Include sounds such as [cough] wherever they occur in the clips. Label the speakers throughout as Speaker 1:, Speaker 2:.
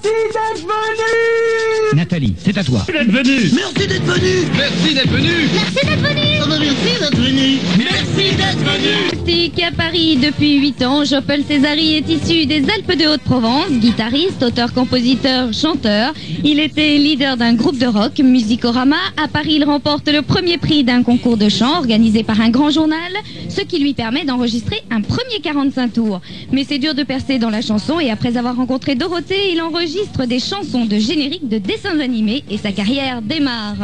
Speaker 1: d'être venu
Speaker 2: Nathalie, c'est à toi.
Speaker 1: d'être venu
Speaker 3: Merci d'être venu
Speaker 1: Merci d'être venu
Speaker 4: Merci d'être venu
Speaker 3: Ah bah merci d'être venu
Speaker 1: Merci d'être venu
Speaker 4: Plastique à Paris depuis 8 ans, Jean-Paul Césari est issu des Alpes de Haute-Provence, guitariste, auteur-compositeur, chanteur. Il était leader d'un groupe de rock, Musicorama. À Paris, il remporte le premier prix d'un concours de chant organisé par un grand journal, ce qui lui permet d'enregistrer un premier 45 tours. Mais c'est dur de percer dans la chanson et après avoir rencontré Dorothée, il enregistre des chansons de génériques de dessins animés et sa carrière démarre.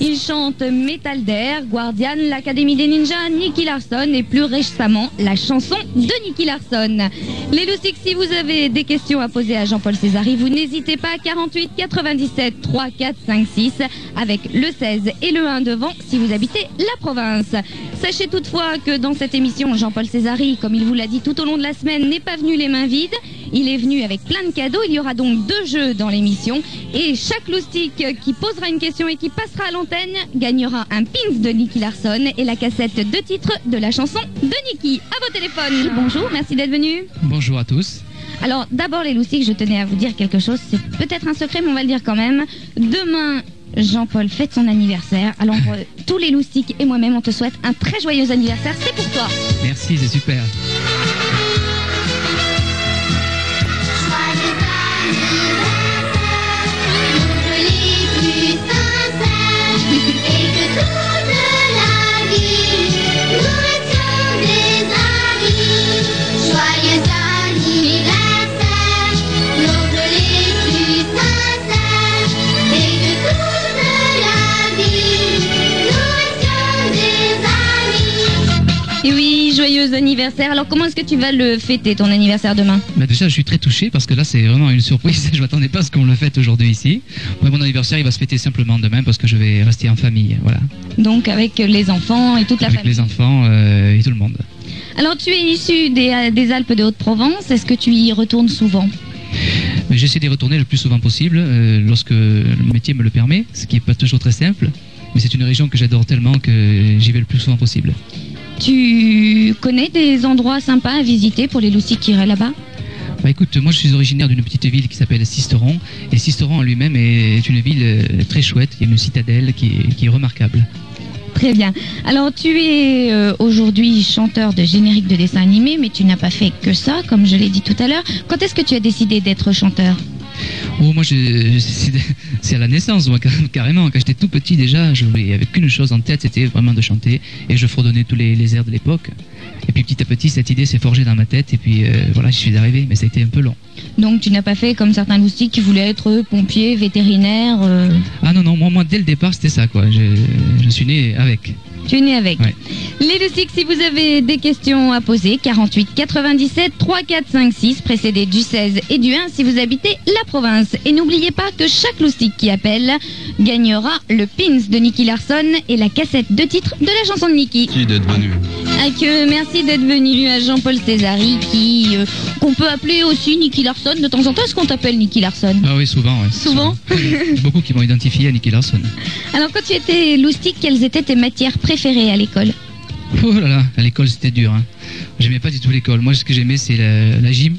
Speaker 4: Il chante Metal Dare, Guardian, l'Académie des Ninjas, Nicky Larson et plus récemment la chanson de Nicky Larson. Les Loustics, si vous avez des questions à poser à Jean-Paul Césari, vous n'hésitez pas 48 97 3 4 5 6 avec le 16 et le 1 devant si vous habitez la province. Sachez toutefois que dans cette émission, Jean-Paul Césari, comme il vous l'a dit tout au long de la semaine, n'est pas venu les mains vides. Il est venu avec plein de cadeaux. Il y aura donc deux jeux dans l'émission. Et chaque loustique qui posera une question et qui passera à l'antenne gagnera un pins de Nicky Larson et la cassette de titre de la chanson de Nicky. À vos téléphones. Bonjour, merci d'être venu.
Speaker 5: Bonjour à tous.
Speaker 4: Alors d'abord les loustiques, je tenais à vous dire quelque chose. C'est peut-être un secret, mais on va le dire quand même. Demain, Jean-Paul fête son anniversaire.
Speaker 5: [laughs]
Speaker 4: Alors euh, tous les loustiques et moi-même, on te souhaite un très joyeux anniversaire. C'est pour toi.
Speaker 5: Merci, c'est super.
Speaker 6: Joyeux anniversaire, nous les plus sincères, et que toute la vie nous restions des amis. Joyeux anniversaire, nous les plus sincères, et que toute la vie nous restions des amis.
Speaker 4: Et oui, joyeux anniversaire. Alors comment est-ce que tu vas le fêter ton anniversaire demain
Speaker 5: Bah déjà, je suis très touché parce que là, c'est vraiment une surprise. [laughs] Je m'attendais pas à ce qu'on le fête aujourd'hui ici. Ouais, mon anniversaire, il va se fêter simplement demain parce que je vais rester en famille, voilà,
Speaker 4: Donc avec euh, les enfants et toute la
Speaker 5: avec
Speaker 4: famille.
Speaker 5: les enfants euh, et tout le monde.
Speaker 4: Alors tu es issu des, euh, des Alpes de Haute-Provence. Est-ce que tu y retournes souvent
Speaker 5: Mais j'essaie d'y retourner le plus souvent possible euh, lorsque le métier me le permet, ce qui est pas toujours très simple. Mais c'est une région que j'adore tellement que j'y vais le plus souvent possible.
Speaker 4: Tu connais des endroits sympas à visiter pour les loustiques qui iraient là-bas
Speaker 5: Bah écoute, moi je suis originaire d'une petite ville qui s'appelle Sisteron, et Sisteron en lui-même est une ville euh, très chouette, il y a une citadelle qui est, qui est remarquable.
Speaker 4: Très bien. Alors tu es euh, aujourd'hui chanteur de générique de dessin animé, mais tu n'as pas fait que ça, comme je l'ai dit tout à l'heure. Quand est-ce que tu as décidé d'être chanteur
Speaker 5: Oh, moi, je- c'est c'est à la naissance, moi, car- carrément. Quand j'étais tout petit, déjà, je voulais, avec qu'une chose en tête, c'était vraiment de chanter. Et je fredonnais tous les, les airs de l'époque. Et puis, petit à petit, cette idée s'est forgée dans ma tête. Et puis, euh, voilà, je suis arrivé. Mais ça a été un peu long.
Speaker 4: Donc tu n'as pas fait comme certains loustiques qui voulaient être pompiers, vétérinaires. euh,
Speaker 5: Ah non, non, moi, moi dès le départ, c'était ça, quoi. Je, je suis né avec.
Speaker 4: Tu es né avec.
Speaker 5: Ouais.
Speaker 4: Les Lustiques, si vous avez des questions à poser, 48 97 3 4 5 6, précédé du 16 et du 1 si vous habitez la province. Et n'oubliez pas que chaque Loustique qui appelle gagnera le pins de Nicky Larson et la cassette de titre de la chanson de Nicky.
Speaker 7: Merci d'être venu.
Speaker 4: Ah, que merci d'être venu à Jean-Paul Césari, qui euh, qu'on peut appeler aussi Nicky Larson. De temps en temps, est-ce qu'on t'appelle Nicky Larson
Speaker 5: Ah oui, souvent, [laughs] ouais.
Speaker 4: Souvent
Speaker 5: Beaucoup qui m'ont identifié à Nicky Larson.
Speaker 4: Alors, quand tu étais Loustique, quelles étaient tes matières préférées à l'école
Speaker 5: Oh là là, à l'école c'était dur. Hein. J'aimais pas du tout l'école. Moi, ce que j'aimais, c'est la, la gym.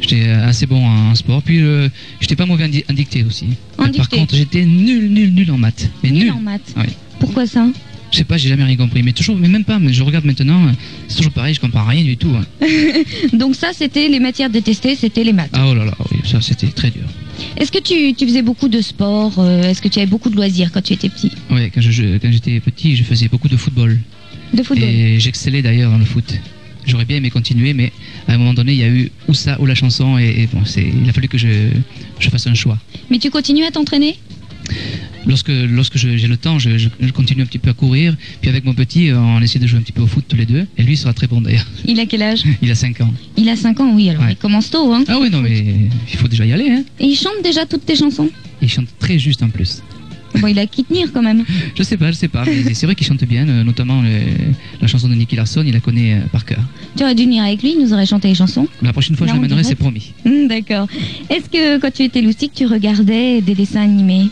Speaker 5: J'étais assez bon en sport. Puis, euh, j'étais pas mauvais en, di- en dictée aussi.
Speaker 4: En
Speaker 5: Par
Speaker 4: dictée.
Speaker 5: contre, j'étais nul, nul, nul en maths. Mais nul.
Speaker 4: en maths.
Speaker 5: Ah oui.
Speaker 4: Pourquoi ça
Speaker 5: Je sais pas, j'ai jamais rien compris. Mais toujours, mais même pas. Mais je regarde maintenant, euh, c'est toujours pareil. Je comprends rien du tout. hein.
Speaker 4: Donc ça, c'était les matières détestées, c'était les maths.
Speaker 5: Ah oh là là, oui, ça c'était très dur.
Speaker 4: Est-ce que tu, tu faisais beaucoup de sport euh, Est-ce que tu avais beaucoup de loisirs quand tu étais petit
Speaker 5: Ouais, quand je- je- quand j'étais petit, je faisais beaucoup de football.
Speaker 4: De football
Speaker 5: Et j'excellais d'ailleurs dans le foot. J'aurais bien aimé continuer, mais à un moment donné, il y a eu ou ça ou la chanson. Et, et bon, c'est- il a fallu que je- je fasse un choix.
Speaker 4: Mais tu continues à t'entraîner
Speaker 5: Lorsque, lorsque je- j'ai le temps, je, je- je continue un petit peu à courir. Puis avec mon petit, euh, on essaie de jouer un petit peu au foot tous les deux. Et lui il sera très bon d'ailleurs. [laughs]
Speaker 4: Il a quel âge
Speaker 5: Il a 5 ans.
Speaker 4: Il a 5 ans, oui, alors
Speaker 5: Ouais.
Speaker 4: il commence tôt. Hein.
Speaker 5: Ah oui, non, mais il faut déjà y aller. Hein.
Speaker 4: Et il chante déjà toutes tes chansons
Speaker 5: Il chante très juste en plus.
Speaker 4: Bon, il a qu'y tenir quand même.
Speaker 5: Je sais pas, je sais pas. Mais c'est vrai qu'il chante bien, euh, notamment euh, la chanson de Nicky Larson, il la connaît euh, par cœur.
Speaker 4: Tu aurais dû venir avec lui, il nous aurait chanté les chansons.
Speaker 5: La prochaine fois,
Speaker 4: Là,
Speaker 5: je
Speaker 4: on
Speaker 5: l'amènerai,
Speaker 4: dirait.
Speaker 5: c'est promis.
Speaker 4: Hum, D'accord. Est-ce que quand tu étais loustique, tu regardais des dessins animés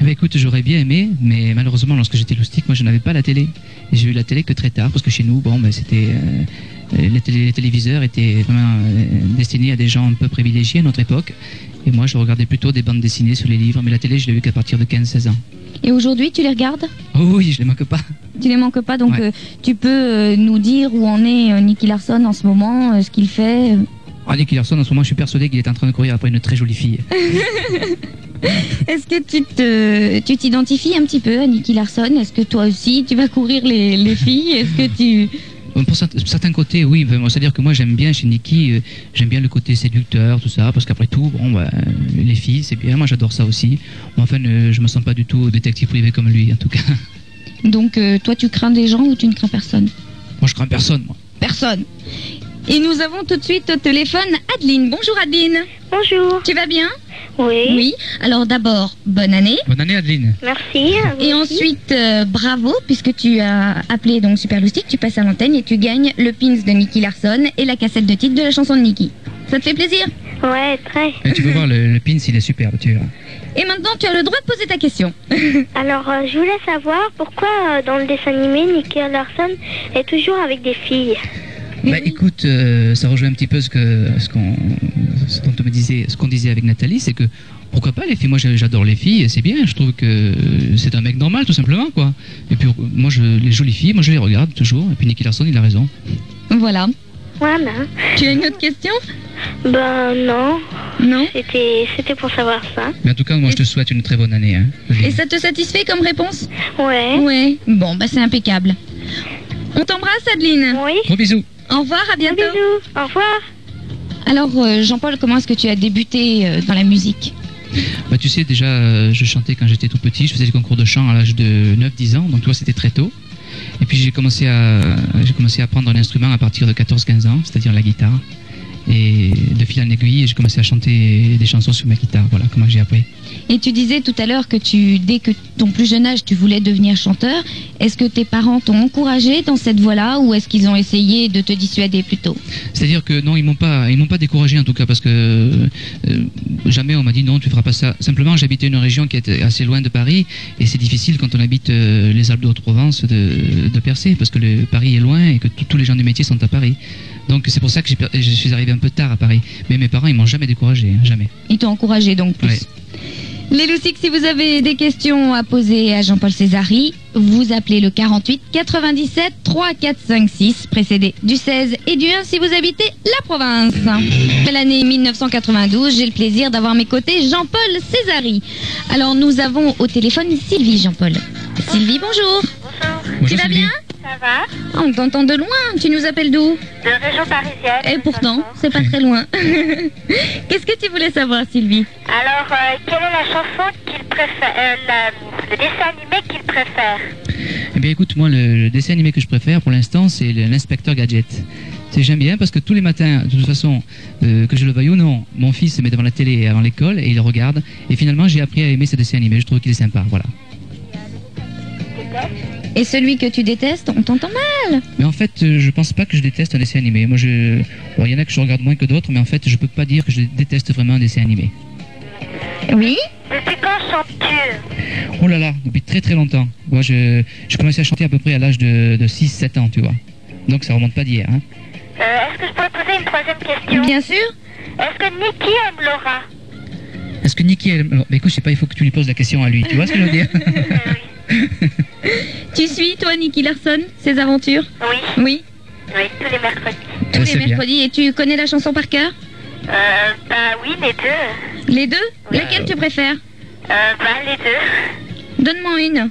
Speaker 5: Eh ben, écoute, j'aurais bien aimé, mais malheureusement, lorsque j'étais loustique, moi je n'avais pas la télé. Et j'ai eu la télé que très tard, parce que chez nous, bon, ben, c'était. euh, euh, les, télé- les téléviseurs étaient vraiment euh, destinés à des gens un peu privilégiés à notre époque. Et moi, je regardais plutôt des bandes dessinées sur les livres, mais la télé, je l'ai vue qu'à partir de 15-16 ans.
Speaker 4: Et aujourd'hui, tu les regardes
Speaker 5: Oh oui, je les manque pas.
Speaker 4: Tu les manques pas, donc
Speaker 5: Ouais.
Speaker 4: euh, tu peux euh, nous dire où en est euh, Nicky Larson en ce moment, euh, ce qu'il fait. euh.
Speaker 5: Ah, Nicky Larson, en ce moment, je suis persuadé qu'il est en train de courir après une très jolie fille.
Speaker 4: Est-ce que tu te, tu t'identifies un petit peu à Nicky Larson Est-ce que toi aussi tu vas courir les, les filles Est-ce que tu
Speaker 5: Bon, Euh, Pour cert- certains côtés, oui. ben, moi, C'est-à-dire que moi, j'aime bien chez Nicky, euh, j'aime bien le côté séducteur, tout ça, parce qu'après tout, bon, ben, les filles, c'est bien. Moi, j'adore ça aussi. Mais enfin, euh, je me sens pas du tout détective privé comme lui, en tout cas. [laughs]
Speaker 4: donc euh, toi tu crains des gens ou tu ne crains personne
Speaker 5: Moi, je crains personne, moi.
Speaker 4: Personne. Et nous avons tout de suite au téléphone Adeline. Bonjour Adeline.
Speaker 2: Bonjour.
Speaker 4: Tu vas bien
Speaker 2: Oui.
Speaker 4: Alors d'abord bonne année
Speaker 5: Bonne année, Adeline.
Speaker 2: Ah, Merci. à vous
Speaker 4: et
Speaker 2: aussi.
Speaker 4: ensuite euh, bravo puisque tu as appelé donc Superloustic, tu passes à l'antenne et tu gagnes le pins de Nicky Larson et la cassette de titre de la chanson de Nicky. Ça te fait plaisir
Speaker 2: Ouais, très.
Speaker 5: Et Eh, tu peux voir, le, le pins, il est superbe, tu verras.
Speaker 4: Et maintenant tu as le droit de poser ta question.
Speaker 2: Alors, euh, je voulais savoir pourquoi euh, dans le dessin animé, Nicky Larson est toujours avec des filles.
Speaker 5: Bah écoute, euh, ça rejoint un petit peu ce que ce qu'on ce dont on me disait, ce qu'on disait avec Nathalie, c'est que pourquoi pas les filles. Moi, j'a- j'adore les filles, et c'est bien. Je trouve que euh, c'est un mec normal, tout simplement, quoi. Et puis moi, je les jolies filles, moi je les regarde toujours. Et puis Nicky Larson, il a raison.
Speaker 4: Voilà.
Speaker 2: Voilà.
Speaker 4: Tu as une autre question
Speaker 2: Ben non,
Speaker 4: Non.
Speaker 2: c'était c'était pour savoir ça.
Speaker 5: Mais en tout cas, moi, je te souhaite une très bonne année. Hein,
Speaker 4: Et ça te satisfait comme réponse
Speaker 2: Ouais.
Speaker 4: Ouais. Bon, bah c'est impeccable. On t'embrasse Adeline.
Speaker 2: Oui.
Speaker 5: Gros bisous.
Speaker 4: Au revoir, à bientôt.
Speaker 2: Bisous. Au revoir.
Speaker 4: Alors euh, Jean-Paul, comment est-ce que tu as débuté euh, dans la musique
Speaker 5: Bah, tu sais, déjà, euh, je chantais quand j'étais tout petit. Je faisais des concours de chant à l'âge de 9-10 ans. Donc, toi, c'était très tôt. Et puis, j'ai commencé à, j'ai commencé à apprendre un instrument à partir de 14-15 ans, c'est-à-dire la guitare. Et de fil en aiguille, j'ai commencé à chanter des chansons sur ma guitare. Voilà comment j'ai appris.
Speaker 4: Et tu disais tout à l'heure que tu, dès que ton plus jeune âge, tu voulais devenir chanteur. Est-ce que tes parents t'ont encouragé dans cette voie-là ou est-ce qu'ils ont essayé de te dissuader plutôt
Speaker 5: C'est-à-dire que non, ils m'ont pas, ils m'ont pas découragé en tout cas parce que euh, jamais on m'a dit non, tu feras pas ça. Simplement, j'habitais une région qui était assez loin de Paris et c'est difficile quand on habite euh, les Alpes de Haute-Provence de, de percer parce que le Paris est loin et que tout- tous les gens du métier sont à Paris. Donc c'est pour ça que j'ai per- je suis arrivé un peu tard à Paris. Mais mes parents, ils m'ont jamais découragé, hein, jamais.
Speaker 4: Ils t'ont encouragé donc plus.
Speaker 5: Ouais.
Speaker 4: Les Loustics, si vous avez des questions à poser à Jean-Paul Césari, vous appelez le 48 97 3 4 5 6, précédé du 16 et du 1 si vous habitez la province. Belle année 1992, j'ai le plaisir d'avoir à mes côtés Jean-Paul Césari. Alors nous avons au téléphone Sylvie Jean-Paul. Sylvie, bonjour.
Speaker 5: Bonjour,
Speaker 4: vas
Speaker 5: Sylvie.
Speaker 4: bien
Speaker 7: Ça va
Speaker 4: Ah, on t'entend de loin, tu nous appelles d'où
Speaker 7: De région parisienne.
Speaker 4: Et pourtant, c'est pas très loin. [laughs] Qu'est-ce que tu voulais savoir Sylvie
Speaker 7: Alors, euh, quelle est la chanson qu'il préfère euh, la- Le dessin animé qu'il préfère
Speaker 5: Eh bien, écoute, moi, le, le dessin animé que je préfère pour l'instant, c'est le- l'inspecteur Gadget. C'est j'aime bien parce que tous les matins, de toute façon, euh, que je le veuille ou non, mon fils se met devant la télé avant l'école et il le regarde. Et finalement, j'ai appris à aimer ce dessin animé. Je trouve qu'il est sympa, voilà.
Speaker 4: Et celui que tu détestes, on t'entend mal
Speaker 5: Mais en fait, euh, je pense pas que je déteste un dessin animé. Moi, je, bon, il y en a que je regarde moins que d'autres, mais en fait, je peux pas dire que je déteste vraiment un dessin animé.
Speaker 4: Oui
Speaker 7: Depuis quand chantes-tu
Speaker 5: Oh là là, depuis très très longtemps. Moi, je, je commençais à chanter à peu près à l'âge de, de 6-7 ans, tu vois. Donc, ça remonte pas d'hier. Hein.
Speaker 7: Euh, Est-ce que je pourrais poser une troisième question
Speaker 4: Bien sûr
Speaker 7: Est-ce que Nikki aime Laura
Speaker 5: Est-ce que Nicky, elle... alors, bah, écoute, je sais pas, il faut que tu lui poses la question à lui. Tu vois ce que je veux dire
Speaker 7: Euh, Oui.
Speaker 4: Tu suis, toi, Nicky Larson, ses aventures
Speaker 7: Oui,
Speaker 4: Oui.
Speaker 7: oui, tous les mercredis.
Speaker 4: Tous
Speaker 5: Ouais,
Speaker 4: les
Speaker 5: c'est bien.
Speaker 4: mercredis. Et tu connais la chanson par cœur
Speaker 7: Euh, bah oui, les deux.
Speaker 4: Les deux Laquelle tu préfères
Speaker 7: Euh, bah les deux.
Speaker 4: Donne-moi une.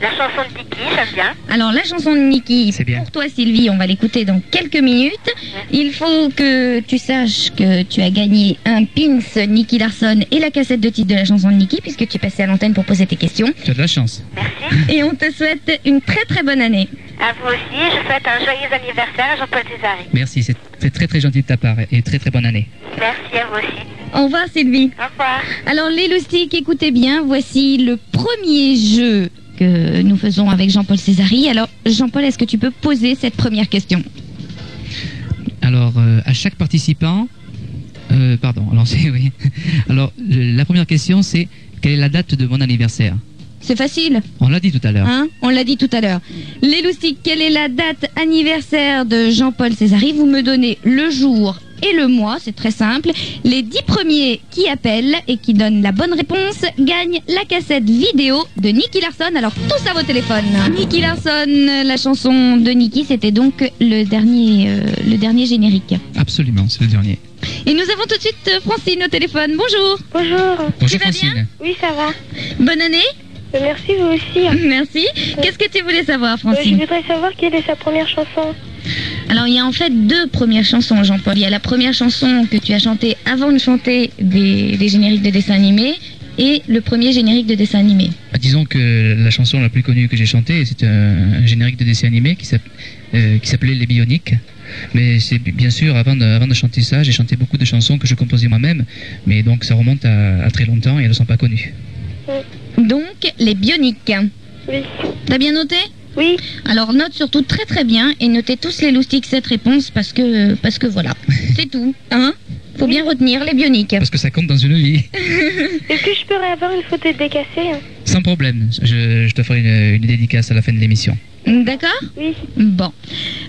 Speaker 7: La chanson de Nikki, j'aime bien.
Speaker 4: Alors, la chanson de Nicky,
Speaker 5: C'est bien.
Speaker 4: pour toi, Sylvie, on va l'écouter dans quelques minutes. Il faut que tu saches que tu as gagné un pins Nicky Larson et la cassette de titre de la chanson de Nicky, puisque tu es passé à l'antenne pour poser
Speaker 5: [laughs]
Speaker 4: tes questions.
Speaker 5: Tu as de la chance.
Speaker 7: Merci.
Speaker 4: Et on te souhaite une très très bonne année.
Speaker 7: À vous aussi, je souhaite un joyeux anniversaire à Jean-Paul Césari.
Speaker 5: Merci, c'est c'est très très gentil de ta part et très très bonne année.
Speaker 7: Merci à vous aussi.
Speaker 4: Au revoir, Sylvie.
Speaker 7: Au revoir.
Speaker 4: Alors les loustiques, écoutez bien, voici le premier jeu que nous faisons avec Jean-Paul Césari. Alors Jean-Paul, est-ce que tu peux poser cette première question
Speaker 5: Alors, euh, à chaque participant, euh, pardon, alors [laughs] c'est oui. Alors, le- la première question c'est quelle est la date de mon anniversaire
Speaker 4: C'est facile,
Speaker 5: On l'a dit tout à l'heure.
Speaker 4: hein On l'a dit tout à l'heure. Les loustiques, quelle est la date anniversaire de Jean-Paul Césari Vous me donnez le jour et le mois, c'est très simple. Les 10 premiers qui appellent et qui donnent la bonne réponse gagnent la cassette vidéo de Nicky Larson. Alors tous à vos téléphones. Nicky Larson, la chanson de Nicky, c'était donc le dernier, euh, le dernier générique.
Speaker 5: Absolument, c'est le dernier.
Speaker 4: Et nous avons tout de suite euh, Francine au téléphone. Bonjour.
Speaker 2: Bonjour.
Speaker 5: Bonjour
Speaker 4: vas bien
Speaker 5: Francine.
Speaker 2: Oui, ça va.
Speaker 4: Bonne année.
Speaker 2: Euh, Merci, vous aussi. Euh,
Speaker 4: Merci. Qu'est-ce que tu voulais savoir,
Speaker 2: je
Speaker 4: Francine
Speaker 2: voudrais savoir quelle est sa première chanson.
Speaker 4: Alors, il y a en fait deux premières chansons, Jean-Paul. Il y a la première chanson que tu as chantée avant de chanter des, des génériques de dessins animés et le premier générique de dessin animé.
Speaker 5: Bah, disons que la chanson la plus connue que j'ai chantée, c'est un, un générique de dessin animé qui s'app- euh, qui s'appelait Les Bioniques. Mais c'est bi- bien sûr, avant de, avant de chanter ça, j'ai chanté beaucoup de chansons que je composais moi-même, mais donc ça remonte à, à très longtemps et elles ne sont pas connues.
Speaker 4: Donc, les bioniques.
Speaker 2: Oui.
Speaker 4: T'as bien noté
Speaker 2: Oui.
Speaker 4: Alors, note surtout très très bien et notez tous les loustiques cette réponse parce que, parce que voilà, c'est tout. Hein Faut bien retenir les bioniques.
Speaker 5: Parce que ça compte dans une vie.
Speaker 2: Est-ce que je pourrais avoir une photo décassée hein
Speaker 5: Sans problème, je, je te ferai une, une dédicace à la fin de l'émission.
Speaker 4: D'accord
Speaker 2: Oui.
Speaker 4: Bon.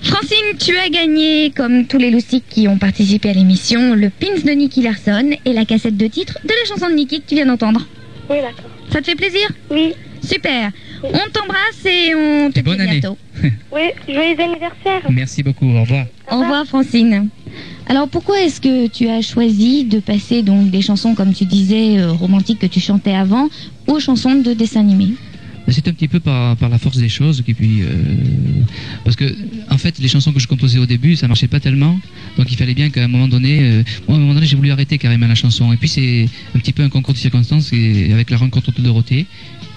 Speaker 4: Francine, tu as gagné, comme tous les loustiques qui ont participé à l'émission, le pins de Nicky Larson et la cassette de titre de la chanson de Nicky que tu viens d'entendre.
Speaker 2: Oui, d'accord.
Speaker 4: Ça te fait plaisir
Speaker 2: Oui.
Speaker 4: Super. On t'embrasse et on te
Speaker 5: Et bonne
Speaker 4: dit à
Speaker 5: année.
Speaker 4: bientôt.
Speaker 2: Oui, joyeux anniversaire.
Speaker 5: Merci beaucoup, au revoir.
Speaker 4: Au revoir Francine. Alors pourquoi est-ce que tu as choisi de passer donc des chansons comme tu disais euh, romantiques que tu chantais avant aux chansons de dessin animé
Speaker 5: C'est un petit peu par, par la force des choses, et puis, euh, parce que en fait, les chansons que je composais au début, ça marchait pas tellement, donc il fallait bien qu'à un moment donné, euh, moi, à un moment donné, j'ai voulu arrêter carrément la chanson, et puis c'est un petit peu un concours de circonstances et avec la rencontre de Dorothée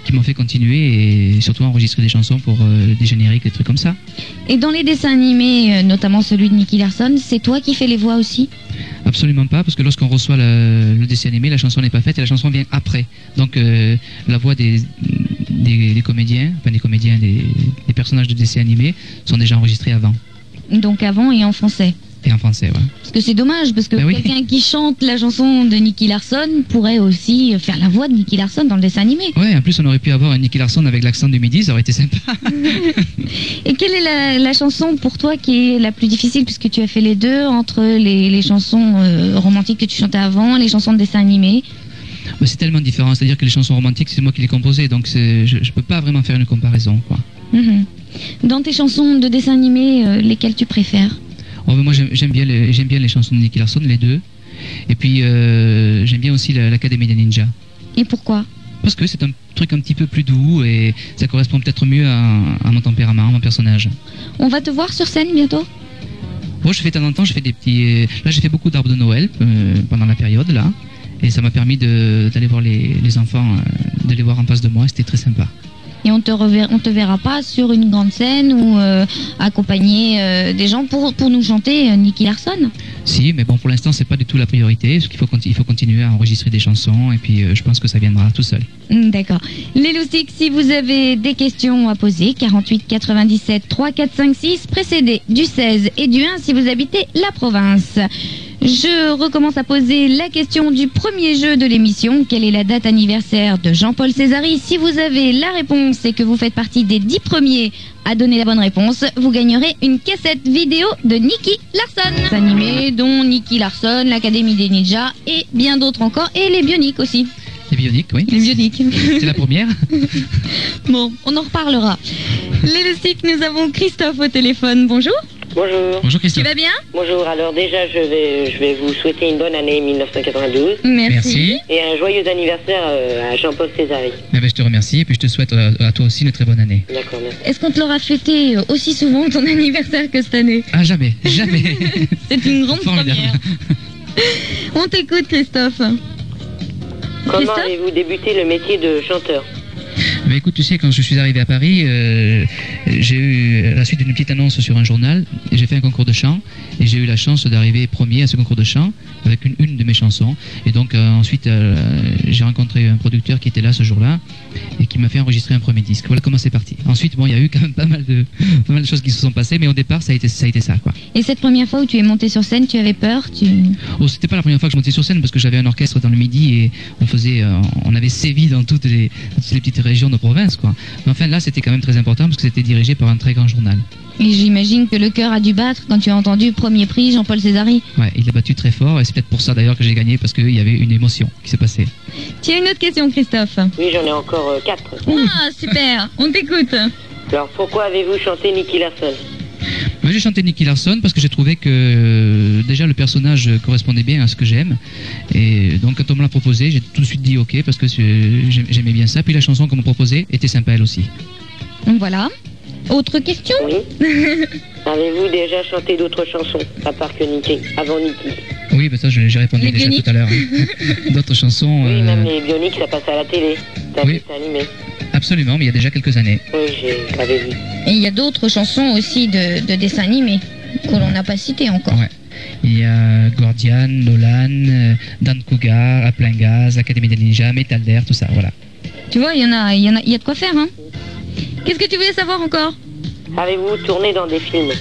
Speaker 5: qui m'ont fait continuer et surtout enregistrer des chansons pour euh, des génériques, des trucs comme ça.
Speaker 4: Et dans les dessins animés, euh, notamment celui de Nicky Larson, c'est toi qui fais les voix aussi
Speaker 5: Absolument pas, parce que lorsqu'on reçoit le, le dessin animé, la chanson n'est pas faite et la chanson vient après. Donc euh, la voix des, des, des comédiens, enfin des comédiens, des, des personnages de dessin animé sont déjà enregistrés avant
Speaker 4: Donc avant et en français.
Speaker 5: et en français. Ouais.
Speaker 4: Parce que c'est dommage, parce que
Speaker 5: Ben oui.
Speaker 4: quelqu'un qui chante la chanson de Nicky Larson pourrait aussi euh, faire la voix de Nicky Larson dans le dessin animé.
Speaker 5: Ouais, en plus on aurait pu avoir un Nicky Larson avec l'accent du midi, ça aurait été sympa. [laughs]
Speaker 4: Et quelle est la, la chanson pour toi qui est la plus difficile, puisque tu as fait les deux, entre les, les chansons euh, romantiques que tu chantais avant, les chansons de dessin animé
Speaker 5: Mais c'est tellement différent, c'est-à-dire que les chansons romantiques, c'est moi qui les composais, donc c'est- je, je peux pas vraiment faire une comparaison. Quoi.
Speaker 4: Mhm. Dans tes chansons de dessin animé, euh, lesquelles tu préfères
Speaker 5: Oh, mais moi j'aime j'aime bien, les- j'aime bien les chansons de Nicky Larson, les deux. Et puis euh, j'aime bien aussi la- l'Académie des Ninjas.
Speaker 4: Et pourquoi
Speaker 5: Parce que c'est un truc un petit peu plus doux et ça correspond peut-être mieux à, à mon tempérament, à mon personnage.
Speaker 4: On va te voir sur scène bientôt
Speaker 5: Moi, je fais de temps en temps, je fais des petits. euh, Là, j'ai fait beaucoup d'arbres de Noël euh, pendant la période là, et ça m'a permis de- d'aller voir les, les enfants, euh, de les voir en face de moi. C'était très sympa.
Speaker 4: et on te rever- on te verra pas sur une grande scène ou euh, accompagner euh, des gens pour, pour nous chanter euh, Nicky Larson.
Speaker 5: Si, mais bon, pour l'instant, c'est pas du tout la priorité, parce qu'il faut, conti- il faut continuer à enregistrer des chansons, et puis euh, je pense que ça viendra tout seul.
Speaker 4: Mm, D'accord. Les loustiques, si vous avez des questions à poser, 48 97 3 4 5 6, précédé du 16 et du 1 si vous habitez la province. Je recommence à poser la question du premier jeu de l'émission. Quelle est la date anniversaire de Jean-Paul Césari Si vous avez la réponse et que vous faites partie des 10 premiers à donner la bonne réponse, vous gagnerez une cassette vidéo de Nicky Larson. Animé dont Nicky Larson, l'Académie des Ninjas et bien d'autres encore, et les Bioniques aussi.
Speaker 5: Les bioniques, oui.
Speaker 4: Les Bioniques.
Speaker 5: [laughs] C'est la
Speaker 4: [laughs]
Speaker 5: première.
Speaker 4: Bon, on en reparlera. Les loustiques, nous avons Christophe au téléphone. Bonjour.
Speaker 8: Bonjour.
Speaker 5: Bonjour
Speaker 4: Tu
Speaker 5: Christophe.
Speaker 4: vas bien
Speaker 8: Bonjour. Alors déjà, je vais, je vais vous souhaiter une bonne année 1992
Speaker 5: Merci.
Speaker 8: et un joyeux anniversaire euh, à Jean-Paul Césari.
Speaker 5: Eh ben, je te remercie, et puis je te souhaite euh, à, toi aussi une très bonne année.
Speaker 8: D'accord, merci.
Speaker 4: Est-ce qu'on te l'aura fêté euh, aussi souvent ton [laughs] anniversaire que cette année
Speaker 5: Ah, jamais, jamais.
Speaker 4: C'est une [laughs] grande
Speaker 5: Formidable.
Speaker 4: première. On t'écoute, Christophe.
Speaker 8: Comment
Speaker 4: Christophe
Speaker 8: avez-vous débuté le métier de chanteur
Speaker 5: Mais écoute, tu sais, quand je suis arrivé à Paris, euh, j'ai eu, à la suite d'une petite annonce sur un journal, j'ai fait un concours de chant et j'ai eu la chance d'arriver premier à ce concours de chant avec une, une de mes chansons. Et donc, euh, ensuite, euh, j'ai rencontré un producteur qui était là ce jour-là et qui m'a fait enregistrer un premier disque. Voilà comment c'est parti. Ensuite, bon, il y a eu quand même pas mal, de, pas mal de choses qui se sont passées, mais au départ, ça a été ça, a été ça quoi.
Speaker 4: Et cette première fois où tu es monté sur scène, tu avais peur tu...
Speaker 5: Oh, c'était pas la première fois que je montais sur scène parce que j'avais un orchestre dans le midi et on faisait, euh, on avait sévi dans toutes les, toutes les petites régions de province, quoi. Mais enfin, là, c'était quand même très important parce que c'était dirigé par un très grand journal.
Speaker 4: Et j'imagine que le cœur a dû battre quand tu as entendu premier prix Jean-Paul Césari.
Speaker 5: Ouais, il a battu très fort et c'est peut-être pour ça d'ailleurs que j'ai gagné parce qu'il y avait une émotion qui s'est passée.
Speaker 4: Tu as une autre question, Christophe
Speaker 8: Oui, j'en ai encore euh, quatre.
Speaker 4: Ah, super On t'écoute
Speaker 8: Alors pourquoi avez-vous chanté Nicky Larson
Speaker 5: Moi, j'ai chanté Nicky Larson parce que j'ai trouvé que euh, déjà le personnage correspondait bien à ce que j'aime. Et donc, quand on me l'a proposé, j'ai tout de suite dit ok parce que c'est- j'aim- j'aimais bien ça. Puis la chanson qu'on me proposait était sympa elle aussi.
Speaker 4: Donc Voilà. Autre question
Speaker 8: Oui. Avez-vous déjà chanté d'autres chansons à part que Nicky Avant Nicky
Speaker 5: Oui, ben ça, je- j'ai répondu
Speaker 4: Les
Speaker 5: déjà
Speaker 4: Bionics.
Speaker 5: tout à l'heure. hein.
Speaker 8: [laughs]
Speaker 5: D'autres chansons,
Speaker 8: Oui,
Speaker 5: euh,
Speaker 8: même les bioniques, ça passe à la télé. Ça
Speaker 5: Oui.
Speaker 8: c'est animé.
Speaker 5: absolument, mais il y a déjà quelques années.
Speaker 8: Oui, j'ai- j'avais vu.
Speaker 4: Et il y a d'autres chansons aussi de, de dessins animés que l'on n'a pas citées encore.
Speaker 5: Ouais. Il y a Gordian, Nolan, euh, Dan Cougar, À plein gaz, Académie des Ninjas, Metal Air, tout ça, voilà.
Speaker 4: Tu vois, il y en a, il y en a, il y a de quoi faire. Hein Qu'est-ce que tu voulais savoir encore
Speaker 8: Avez-vous tourné dans des films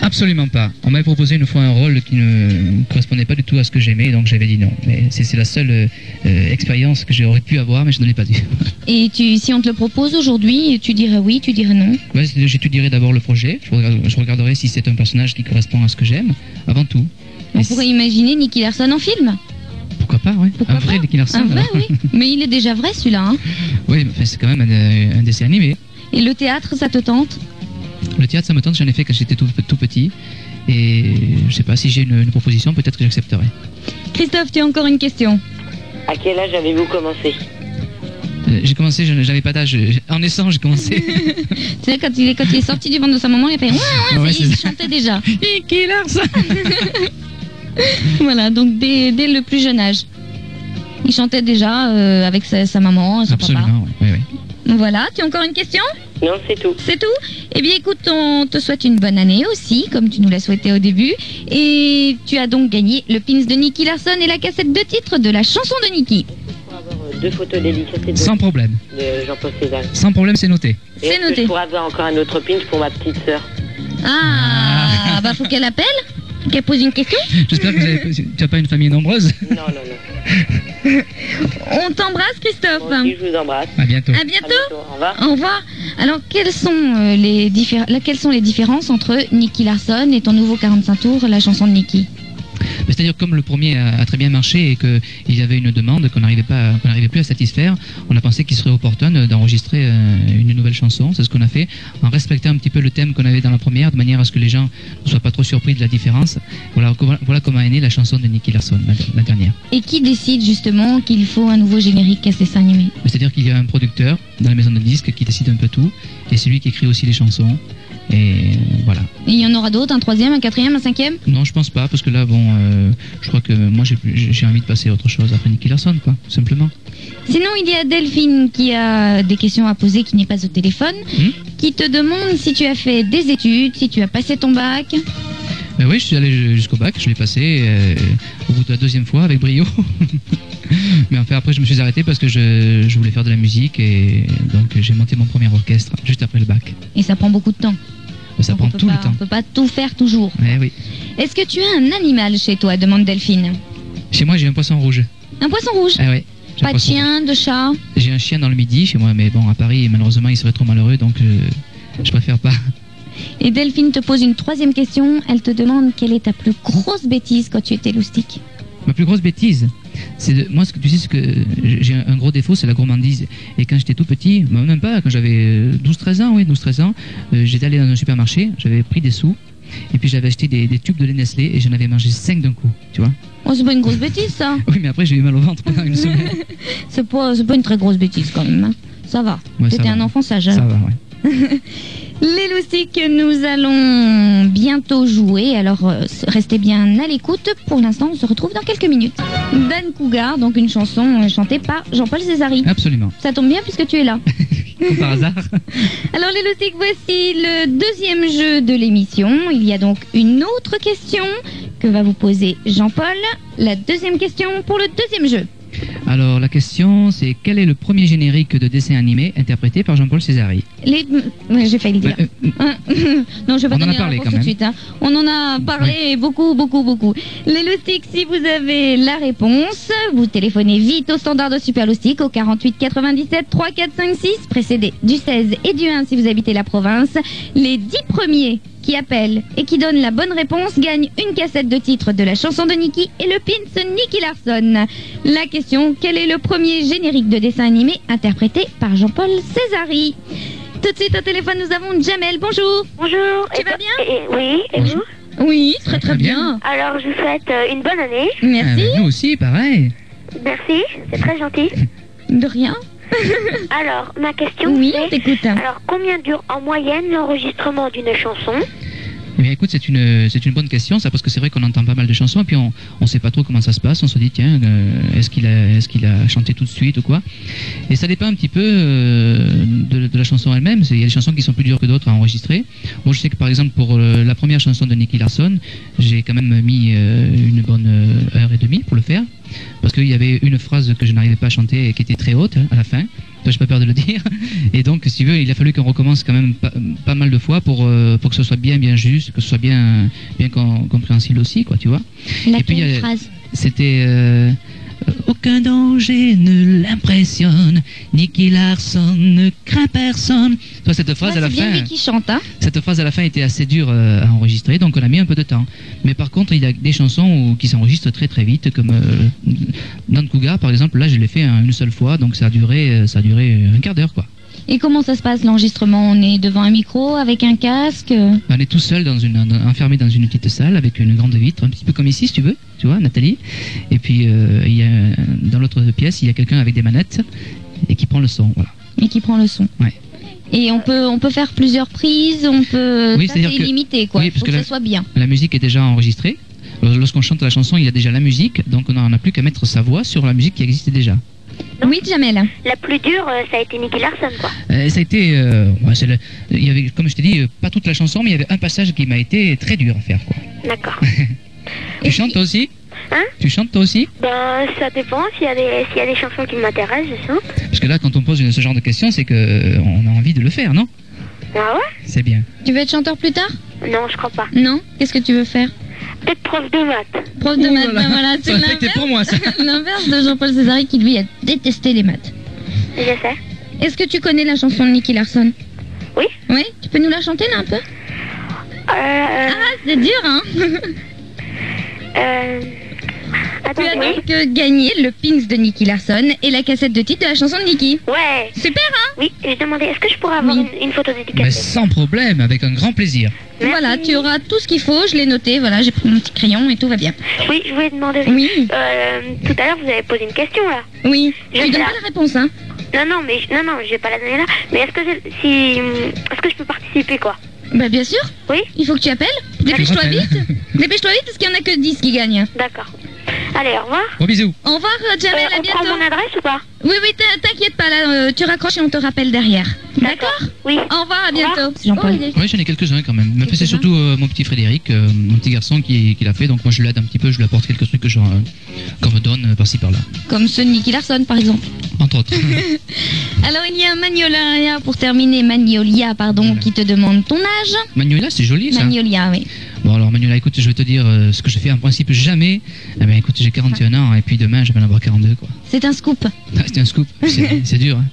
Speaker 5: Absolument pas. On m'avait proposé une fois un rôle qui ne correspondait pas du tout à ce que j'aimais, donc j'avais dit non. Mais c'est c'est la seule euh, euh, expérience que j'aurais pu avoir, mais je ne l'ai pas dû. [laughs]
Speaker 4: Et tu, si on te le propose aujourd'hui, tu dirais oui, tu dirais non.
Speaker 5: Ouais, c'est- J'étudierai d'abord le projet, je, regarde- je regarderai si c'est un personnage qui correspond à ce que j'aime, avant tout.
Speaker 4: On
Speaker 5: Mais
Speaker 4: pourrait imaginer Nicky Larson en film.
Speaker 5: Pourquoi pas, ouais.
Speaker 4: Pourquoi
Speaker 5: un vrai
Speaker 4: pas
Speaker 5: Nicky Larson,
Speaker 4: Un vrai,
Speaker 5: alors.
Speaker 4: oui. Mais il est déjà vrai celui-là. hein.
Speaker 5: [laughs] Oui, mais enfin, c'est quand même un, euh, un dessin animé.
Speaker 4: Et le théâtre, ça te tente
Speaker 5: Le théâtre, ça me tente, j'en ai fait quand j'étais tout, tout petit. Et je sais pas, si j'ai une, une proposition, peut-être que j'accepterai.
Speaker 4: Christophe, tu as encore une question.
Speaker 8: À quel âge avez-vous commencé
Speaker 5: Euh, j'ai commencé, je- j'avais pas d'âge. je- En naissant, j'ai commencé.
Speaker 4: Tu sais, quand il est, quand il est sorti du ventre de sa maman, il a fait ouais, ouais,
Speaker 5: Ouais,
Speaker 4: ça y est, il
Speaker 5: c'est ça. [laughs]
Speaker 4: chantait déjà.
Speaker 5: Nicky Larson
Speaker 4: [laughs] Voilà, donc dès, dès le plus jeune âge. Il chantait déjà euh, avec sa, sa maman, son
Speaker 5: Absolument, oui, oui, oui.
Speaker 4: papa. Voilà, tu as encore une question
Speaker 8: Non, c'est tout.
Speaker 4: C'est tout Eh bien écoute, on te souhaite une bonne année aussi, comme tu nous l'as souhaité au début. Et tu as donc gagné le pins de Nicky Larson et la cassette de titre de la chanson de Nicky.
Speaker 8: Pour avoir euh, deux photos dédicacées de,
Speaker 5: Sans problème.
Speaker 8: de Jean-Paul César.
Speaker 5: Sans problème, c'est noté.
Speaker 8: Et
Speaker 4: C'est
Speaker 8: est-ce que
Speaker 4: noté.
Speaker 8: Je pourrais avoir encore un autre pinch pour ma petite sœur.
Speaker 4: Ah, bah faut qu'elle appelle Qu'elle pose une question
Speaker 5: J'espère que vous avez- tu n'as pas une famille nombreuse.
Speaker 8: Non, non, non.
Speaker 4: On t'embrasse Christophe
Speaker 8: Moi aussi, je vous embrasse.
Speaker 5: À bientôt.
Speaker 4: À
Speaker 8: À
Speaker 4: bientôt
Speaker 8: bientôt. Au revoir.
Speaker 4: Au revoir Alors quelles sont, euh, les diffé- la- quelles sont les différences entre Nicky Larson et ton nouveau 45 tours, la chanson de Nicky
Speaker 5: Mais C'est-à-dire comme le premier a, a très bien marché et qu'il y avait une demande qu'on n'arrivait pas, qu'on n'arrivait plus à satisfaire, on a pensé qu'il serait opportun de- d'enregistrer euh, une nouvelle chanson. C'est ce qu'on a fait en respectant un petit peu le thème qu'on avait dans la première, de manière à ce que les gens ne soient pas trop surpris de la différence. Voilà, com- voilà comment est née la chanson de Nicky Larson, la, la dernière.
Speaker 4: Et qui décide justement qu'il faut un nouveau générique à ces dessins animés
Speaker 5: Mais C'est-à-dire qu'il y a un producteur dans la maison de disques qui décide un peu tout et c'est lui qui écrit aussi les chansons. Et euh, voilà.
Speaker 4: Et il y en aura d'autres, un troisième, un quatrième, un cinquième
Speaker 5: Non, je pense pas, parce que là, bon, euh, je crois que moi, j'ai- j'ai envie de passer à autre chose après Nicky Larson, quoi, tout simplement.
Speaker 4: Sinon, il y a Delphine qui a des questions à poser, qui n'est pas au téléphone,
Speaker 5: Hmm?
Speaker 4: qui te demande si tu as fait des études, si tu as passé ton bac.
Speaker 5: Mais Ben oui, je suis allé jusqu'au bac, je l'ai passé euh, au bout de la deuxième fois avec brio. [laughs] Mais enfin, après, je me suis arrêté parce que je, je voulais faire de la musique et donc j'ai monté mon premier orchestre juste après le bac.
Speaker 4: Et ça prend beaucoup de temps.
Speaker 5: Mais ça
Speaker 4: Donc on
Speaker 5: prend
Speaker 4: peut
Speaker 5: tout
Speaker 4: pas-
Speaker 5: le temps.
Speaker 4: On peut pas tout faire toujours.
Speaker 5: Eh oui.
Speaker 4: Est-ce que tu as un animal chez toi demande Delphine.
Speaker 5: Chez moi, j'ai un poisson rouge.
Speaker 4: Un poisson rouge
Speaker 5: Ah oui. j'ai un
Speaker 4: Pas de
Speaker 5: poisson rouge.
Speaker 4: chien, de chat
Speaker 5: J'ai un chien dans le midi chez moi, mais bon, à Paris, malheureusement, il serait trop malheureux, donc euh, je préfère pas.
Speaker 4: Et Delphine te pose une troisième question. Elle te demande quelle est ta plus grosse bêtise quand tu étais loustique.
Speaker 5: Ma plus grosse bêtise, c'est de... moi ce que tu sais, ce que j'ai un gros défaut, c'est la gourmandise. Et quand j'étais tout petit, bah, même pas, quand j'avais 12-13 ans, oui, 12-13 ans, euh, j'étais allé dans un supermarché, j'avais pris des sous, et puis j'avais acheté des, des tubes de lait Nestlé et j'en avais mangé 5 d'un coup, tu vois. [laughs]
Speaker 4: Oh, c'est pas une grosse bêtise ça.
Speaker 5: Oui, mais après j'ai eu mal au ventre pendant une semaine.
Speaker 4: C'est pas, c'est pas une très grosse bêtise quand même. hein. Ça va.
Speaker 5: Ouais, ça
Speaker 4: T'étais
Speaker 5: va.
Speaker 4: un enfant sage. alors.
Speaker 5: Ça va, ouais.
Speaker 4: Les loustiques, nous allons bientôt jouer, alors euh, restez bien à l'écoute. Pour l'instant, on se retrouve dans quelques minutes. Dan Cougar, donc une chanson euh, chantée par Jean-Paul Césari.
Speaker 5: Absolument.
Speaker 4: Ça tombe bien puisque tu es là.
Speaker 5: Comme par hasard. [laughs]
Speaker 4: Alors les loustiques, voici le deuxième jeu de l'émission. Il y a donc une autre question que va vous poser Jean-Paul. La deuxième question pour le deuxième jeu.
Speaker 5: Alors la question c'est quel est le premier générique de dessin animé interprété par Jean-Paul Césari
Speaker 4: Les... ouais, J'ai failli le dire.
Speaker 5: Bah, euh,
Speaker 4: Hein [laughs] non, je vais pas
Speaker 5: On en a
Speaker 4: donner la
Speaker 5: parlé quand
Speaker 4: réponse tout de
Speaker 5: même.
Speaker 4: suite. hein. On en a parlé beaucoup, beaucoup, beaucoup. Les loustiques, si vous avez la réponse, vous téléphonez vite au standard de Super Loustic au 48 97 3 4 5 6, précédé du 16 et du 1 si vous habitez la province. Les 10 premiers qui appellent et qui donnent la bonne réponse gagnent une cassette de titre de la chanson de Nicky et le pins Nicky Larson. La question, quel est le premier générique de dessin animé interprété par Jean-Paul Césari tout de suite au téléphone, nous avons Jamel. Bonjour.
Speaker 2: Bonjour.
Speaker 4: Tu
Speaker 2: Et
Speaker 4: vas
Speaker 2: ben-
Speaker 4: bien
Speaker 2: et- Oui, et
Speaker 5: Bonjour.
Speaker 2: vous
Speaker 4: Oui,
Speaker 5: très, très bien.
Speaker 2: Alors, je vous souhaite euh, une bonne année.
Speaker 5: Ah,
Speaker 4: Merci.
Speaker 5: bah, nous aussi, pareil.
Speaker 2: Merci, c'est très gentil.
Speaker 4: De rien.
Speaker 2: Alors, ma question
Speaker 4: Oui, hein. on
Speaker 2: c'est...
Speaker 4: t'écoute.
Speaker 2: Alors, combien dure en moyenne l'enregistrement d'une chanson
Speaker 5: Eh bien, écoute, c'est une, c'est une bonne question, ça, parce que c'est vrai qu'on entend pas mal de chansons, et puis on ne sait pas trop comment ça se passe. On se dit, tiens, euh, est-ce qu'il a, est qu'il a chanté tout de suite ou quoi Et ça dépend un petit peu euh, de, de la chanson elle-même. C'est- Il y a des chansons qui sont plus dures que d'autres à enregistrer. Moi, je sais que par exemple, pour euh, la première chanson de Nicky Larson, j'ai quand même mis euh, une bonne euh, heure et demie pour le faire, parce qu'il y avait une phrase que je n'arrivais pas à chanter et qui était très haute hein, à la fin. Toi, j'ai pas peur de le [laughs] dire. Et donc, si tu veux, il a fallu qu'on recommence quand même pas, pas mal de fois pour, euh, pour que ce soit bien, bien juste, que ce soit bien, bien com- compréhensible aussi, quoi, tu vois.
Speaker 4: Laquelle
Speaker 5: puis, euh, il y a-
Speaker 4: phrase
Speaker 5: C'était. euh, euh, aucun danger ne l'impressionne, Nicky Larson ne craint personne. Toi, cette phrase
Speaker 4: Ouais,
Speaker 5: à la
Speaker 4: C'est bien
Speaker 5: fin.
Speaker 4: lui qui chante, hein.
Speaker 5: Cette phrase à la fin était assez dure euh, à enregistrer, donc on a mis un peu de temps. Mais par contre, il y a des chansons où- qui s'enregistrent très très vite, comme euh, Nan Cougar, par exemple. Là, je l'ai fait hein, une seule fois, donc ça a duré, euh, ça a duré un quart d'heure, quoi.
Speaker 4: Et comment ça se passe l'enregistrement On est devant un micro avec un casque. euh,
Speaker 5: On est tout seul dans une dans- enfermé dans une petite salle avec une grande vitre, un petit peu comme ici si tu veux, tu vois Nathalie. Et puis euh, il y a dans l'autre pièce il y a quelqu'un avec des manettes et qui prend le son. Voilà.
Speaker 4: Et qui prend le son.
Speaker 5: Ouais.
Speaker 4: Et on peut on peut faire plusieurs prises. On peut.
Speaker 5: Oui,
Speaker 4: ça, c'est
Speaker 5: c'est-à-dire que-
Speaker 4: illimité quoi.
Speaker 5: Oui, parce
Speaker 4: Faut
Speaker 5: que
Speaker 4: que
Speaker 5: là-
Speaker 4: ça soit bien.
Speaker 5: La musique est déjà enregistrée. Lors- Lorsqu'on chante la chanson, il y a déjà la musique, donc on n'en a plus qu'à mettre sa voix sur la musique qui existait déjà.
Speaker 4: Oui, Jamel.
Speaker 2: La plus dure, euh, ça a été Nicky Larson, quoi.
Speaker 5: Euh, ça a été, euh, ouais, c'est le- il y avait, comme je t'ai dit, euh, pas toute la chanson, mais il y avait un passage qui m'a été très dur à faire. Quoi.
Speaker 2: D'accord.
Speaker 5: Tu chantes toi aussi
Speaker 2: Hein
Speaker 5: Tu chantes toi aussi
Speaker 2: ben, ça dépend. S'il y, a des- s'il y a des chansons qui m'intéressent, je chante.
Speaker 5: Parce que là, quand on pose ce genre de questions, c'est que euh, on a envie de le faire, non
Speaker 2: Ah ouais
Speaker 5: C'est bien.
Speaker 4: Tu veux être chanteur plus tard
Speaker 2: Non, je crois pas.
Speaker 4: Non. Qu'est-ce que tu veux faire
Speaker 2: Peut-être prof de maths.
Speaker 4: Prof
Speaker 5: Ouh
Speaker 4: de
Speaker 5: là
Speaker 4: maths.
Speaker 5: là.
Speaker 4: ben voilà, c'est
Speaker 5: Ça, c'était
Speaker 4: l'inverse-
Speaker 5: pour moi, ça.
Speaker 4: [laughs] l'inverse de Jean-Paul Césari qui lui a détesté les maths.
Speaker 2: Je sais.
Speaker 4: Est-ce que tu connais la chanson de Nicky Larson
Speaker 2: Oui.
Speaker 4: Oui Tu peux nous la chanter là un peu
Speaker 2: Euh,
Speaker 4: Ah, c'est dur, hein [laughs]
Speaker 2: euh,
Speaker 4: Tu as
Speaker 2: Attendez.
Speaker 4: donc euh, gagné le pins de Nicky Larson et la cassette de titre de la chanson de Nicky.
Speaker 2: Ouais.
Speaker 4: Super, hein
Speaker 2: Oui, je demandais, est-ce que je pourrais avoir
Speaker 4: Oui.
Speaker 2: une, une photo
Speaker 5: Mais
Speaker 2: dédicacée
Speaker 5: sans problème, avec un grand plaisir.
Speaker 2: Merci.
Speaker 4: Voilà, tu auras tout ce qu'il faut, je l'ai noté, voilà, j'ai pris mon petit crayon et tout va bien.
Speaker 2: Oui, je voulais demander.
Speaker 4: Oui,
Speaker 2: Euh, tout à l'heure, vous avez posé une question là.
Speaker 4: oui.
Speaker 2: Je
Speaker 4: Je lui donne
Speaker 2: l'ai.
Speaker 4: pas la réponse, hein
Speaker 2: Non, non, mais je- non, non, je vais pas la donner là. Mais est-ce que je, si, est-ce que je peux participer quoi
Speaker 4: Bah bien sûr.
Speaker 2: Oui.
Speaker 4: Il faut que tu appelles. Dépêche-toi
Speaker 5: rappelle.
Speaker 4: vite. Dépêche-toi vite parce qu'il n'y en a que 10 qui gagnent.
Speaker 2: D'accord. Allez, au revoir.
Speaker 5: Bon bisous.
Speaker 4: Au revoir, euh, Jamel,
Speaker 2: Euh,
Speaker 4: à
Speaker 2: on prend
Speaker 4: bientôt.
Speaker 2: mon adresse ou pas
Speaker 4: Oui, oui, t'in- t'inquiète pas, là, euh, tu raccroches et on te rappelle derrière. D'accord
Speaker 2: Oui.
Speaker 4: Au revoir, à bientôt.
Speaker 2: Jean-Paul.
Speaker 4: Oh, il est-
Speaker 5: Oui, j'en ai quelques-uns quand même. Mais après, c'est
Speaker 4: Quelques-uns.
Speaker 5: surtout euh, mon petit Frédéric, euh, mon petit garçon qui, qui l'a fait. Donc moi, je l'aide un petit peu, je lui apporte quelques trucs que je, euh, qu'on me donne euh, par-ci par-là.
Speaker 4: Comme ceux de Nicky Larson, par exemple.
Speaker 5: Entre
Speaker 4: [laughs]
Speaker 5: autres.
Speaker 4: Alors il y a Magnolia pour terminer, Magnolia pardon, qui te demande ton âge.
Speaker 5: Manuela, c'est joli ça.
Speaker 4: Magnolia, oui.
Speaker 5: Bon, alors Manuela, écoute, je vais te dire euh, ce que je fais en principe jamais. Eh ben, écoute, j'ai 41 ans et puis demain, je vais en avoir 42, quoi.
Speaker 4: C'est un scoop.
Speaker 5: Ah, c'est un scoop. C'est
Speaker 4: [laughs]
Speaker 5: c'est dur. hein.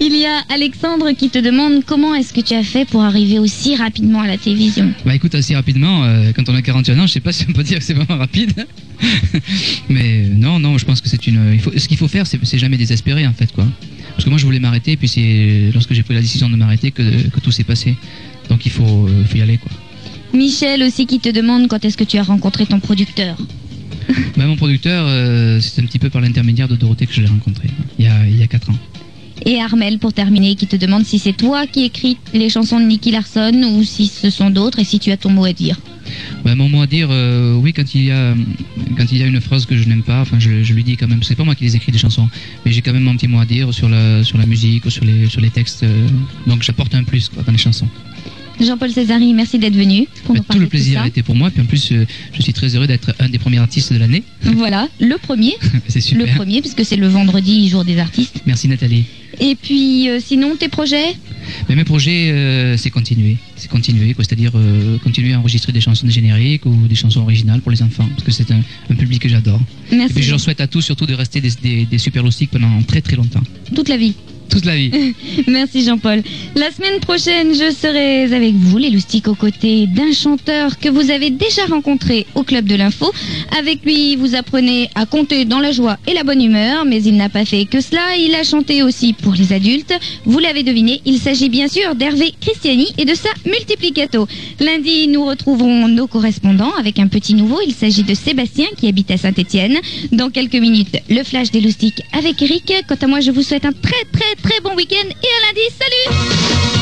Speaker 4: Il y a Alexandre qui te demande comment est-ce que tu as fait pour arriver aussi rapidement à la télévision.
Speaker 5: Bah écoute, assez rapidement, euh, quand on a 41 ans, je sais pas si on peut dire que c'est vraiment rapide. [laughs] Mais euh, non, non, je pense que c'est une. euh, il faut, ce qu'il faut faire, c'est c'est jamais désespérer en fait, quoi. Parce que moi, je voulais m'arrêter, puis c'est lorsque j'ai pris la décision de m'arrêter que, que tout s'est passé. Donc il faut, euh, faut y aller, quoi.
Speaker 4: Michel aussi qui te demande quand est-ce que tu as rencontré ton producteur.
Speaker 5: Bah, mon producteur, euh, c'est un petit peu par l'intermédiaire de Dorothée que je l'ai rencontré, il y a, il y a 4 ans.
Speaker 4: Et Armel pour terminer qui te demande si c'est toi qui écris les chansons de Nicky Larson ou si ce sont d'autres et si tu as ton mot à dire.
Speaker 5: Bah, mon mot à dire, euh, oui, quand il, y a, quand il y a une phrase que je n'aime pas, enfin, je, je lui dis quand même, c'est pas moi qui les écris les chansons, mais j'ai quand même mon petit mot à dire sur la, sur la musique ou sur les, sur les textes, euh, donc j'apporte un plus quoi, dans les chansons.
Speaker 4: Jean-Paul Césari, merci d'être venu. pour nous
Speaker 5: Tout
Speaker 4: parler
Speaker 5: le
Speaker 4: de
Speaker 5: plaisir
Speaker 4: ça.
Speaker 5: a été pour moi. Puis en plus, euh, je suis très heureux d'être un des premiers artistes de l'année. [laughs]
Speaker 4: Voilà, le premier,
Speaker 5: C'est super.
Speaker 4: le premier, puisque c'est le vendredi, jour des artistes.
Speaker 5: Merci Nathalie.
Speaker 4: Et puis, euh, sinon, tes projets
Speaker 5: Mais mes projets, euh, c'est continuer. C'est continuer, quoi. C'est-à-dire euh, continuer à enregistrer des chansons de générique ou des chansons originales pour les enfants. Parce que c'est un, un public que j'adore. Et puis
Speaker 4: Merci.
Speaker 5: je leur souhaite à tous surtout de rester des, des, des super loustiques pendant très très longtemps.
Speaker 4: Toute la vie.
Speaker 5: Toute la vie.
Speaker 4: Merci Jean-Paul. La semaine prochaine, je serai avec vous, les loustiques, aux côtés d'un chanteur que vous avez déjà rencontré au Club de l'Info. Avec lui, vous apprenez à compter dans la joie et la bonne humeur, mais il n'a pas fait que cela, il a chanté aussi pour les adultes. Vous l'avez deviné, il s'agit bien sûr d'Hervé Christiani et de sa Multiplicato. Lundi, nous retrouverons nos correspondants avec un petit nouveau, il s'agit de Sébastien qui habite à Saint-Étienne. Dans quelques minutes, le flash des loustiques avec Eric. Quant à moi, je vous souhaite un très très très bon week-end et à lundi, salut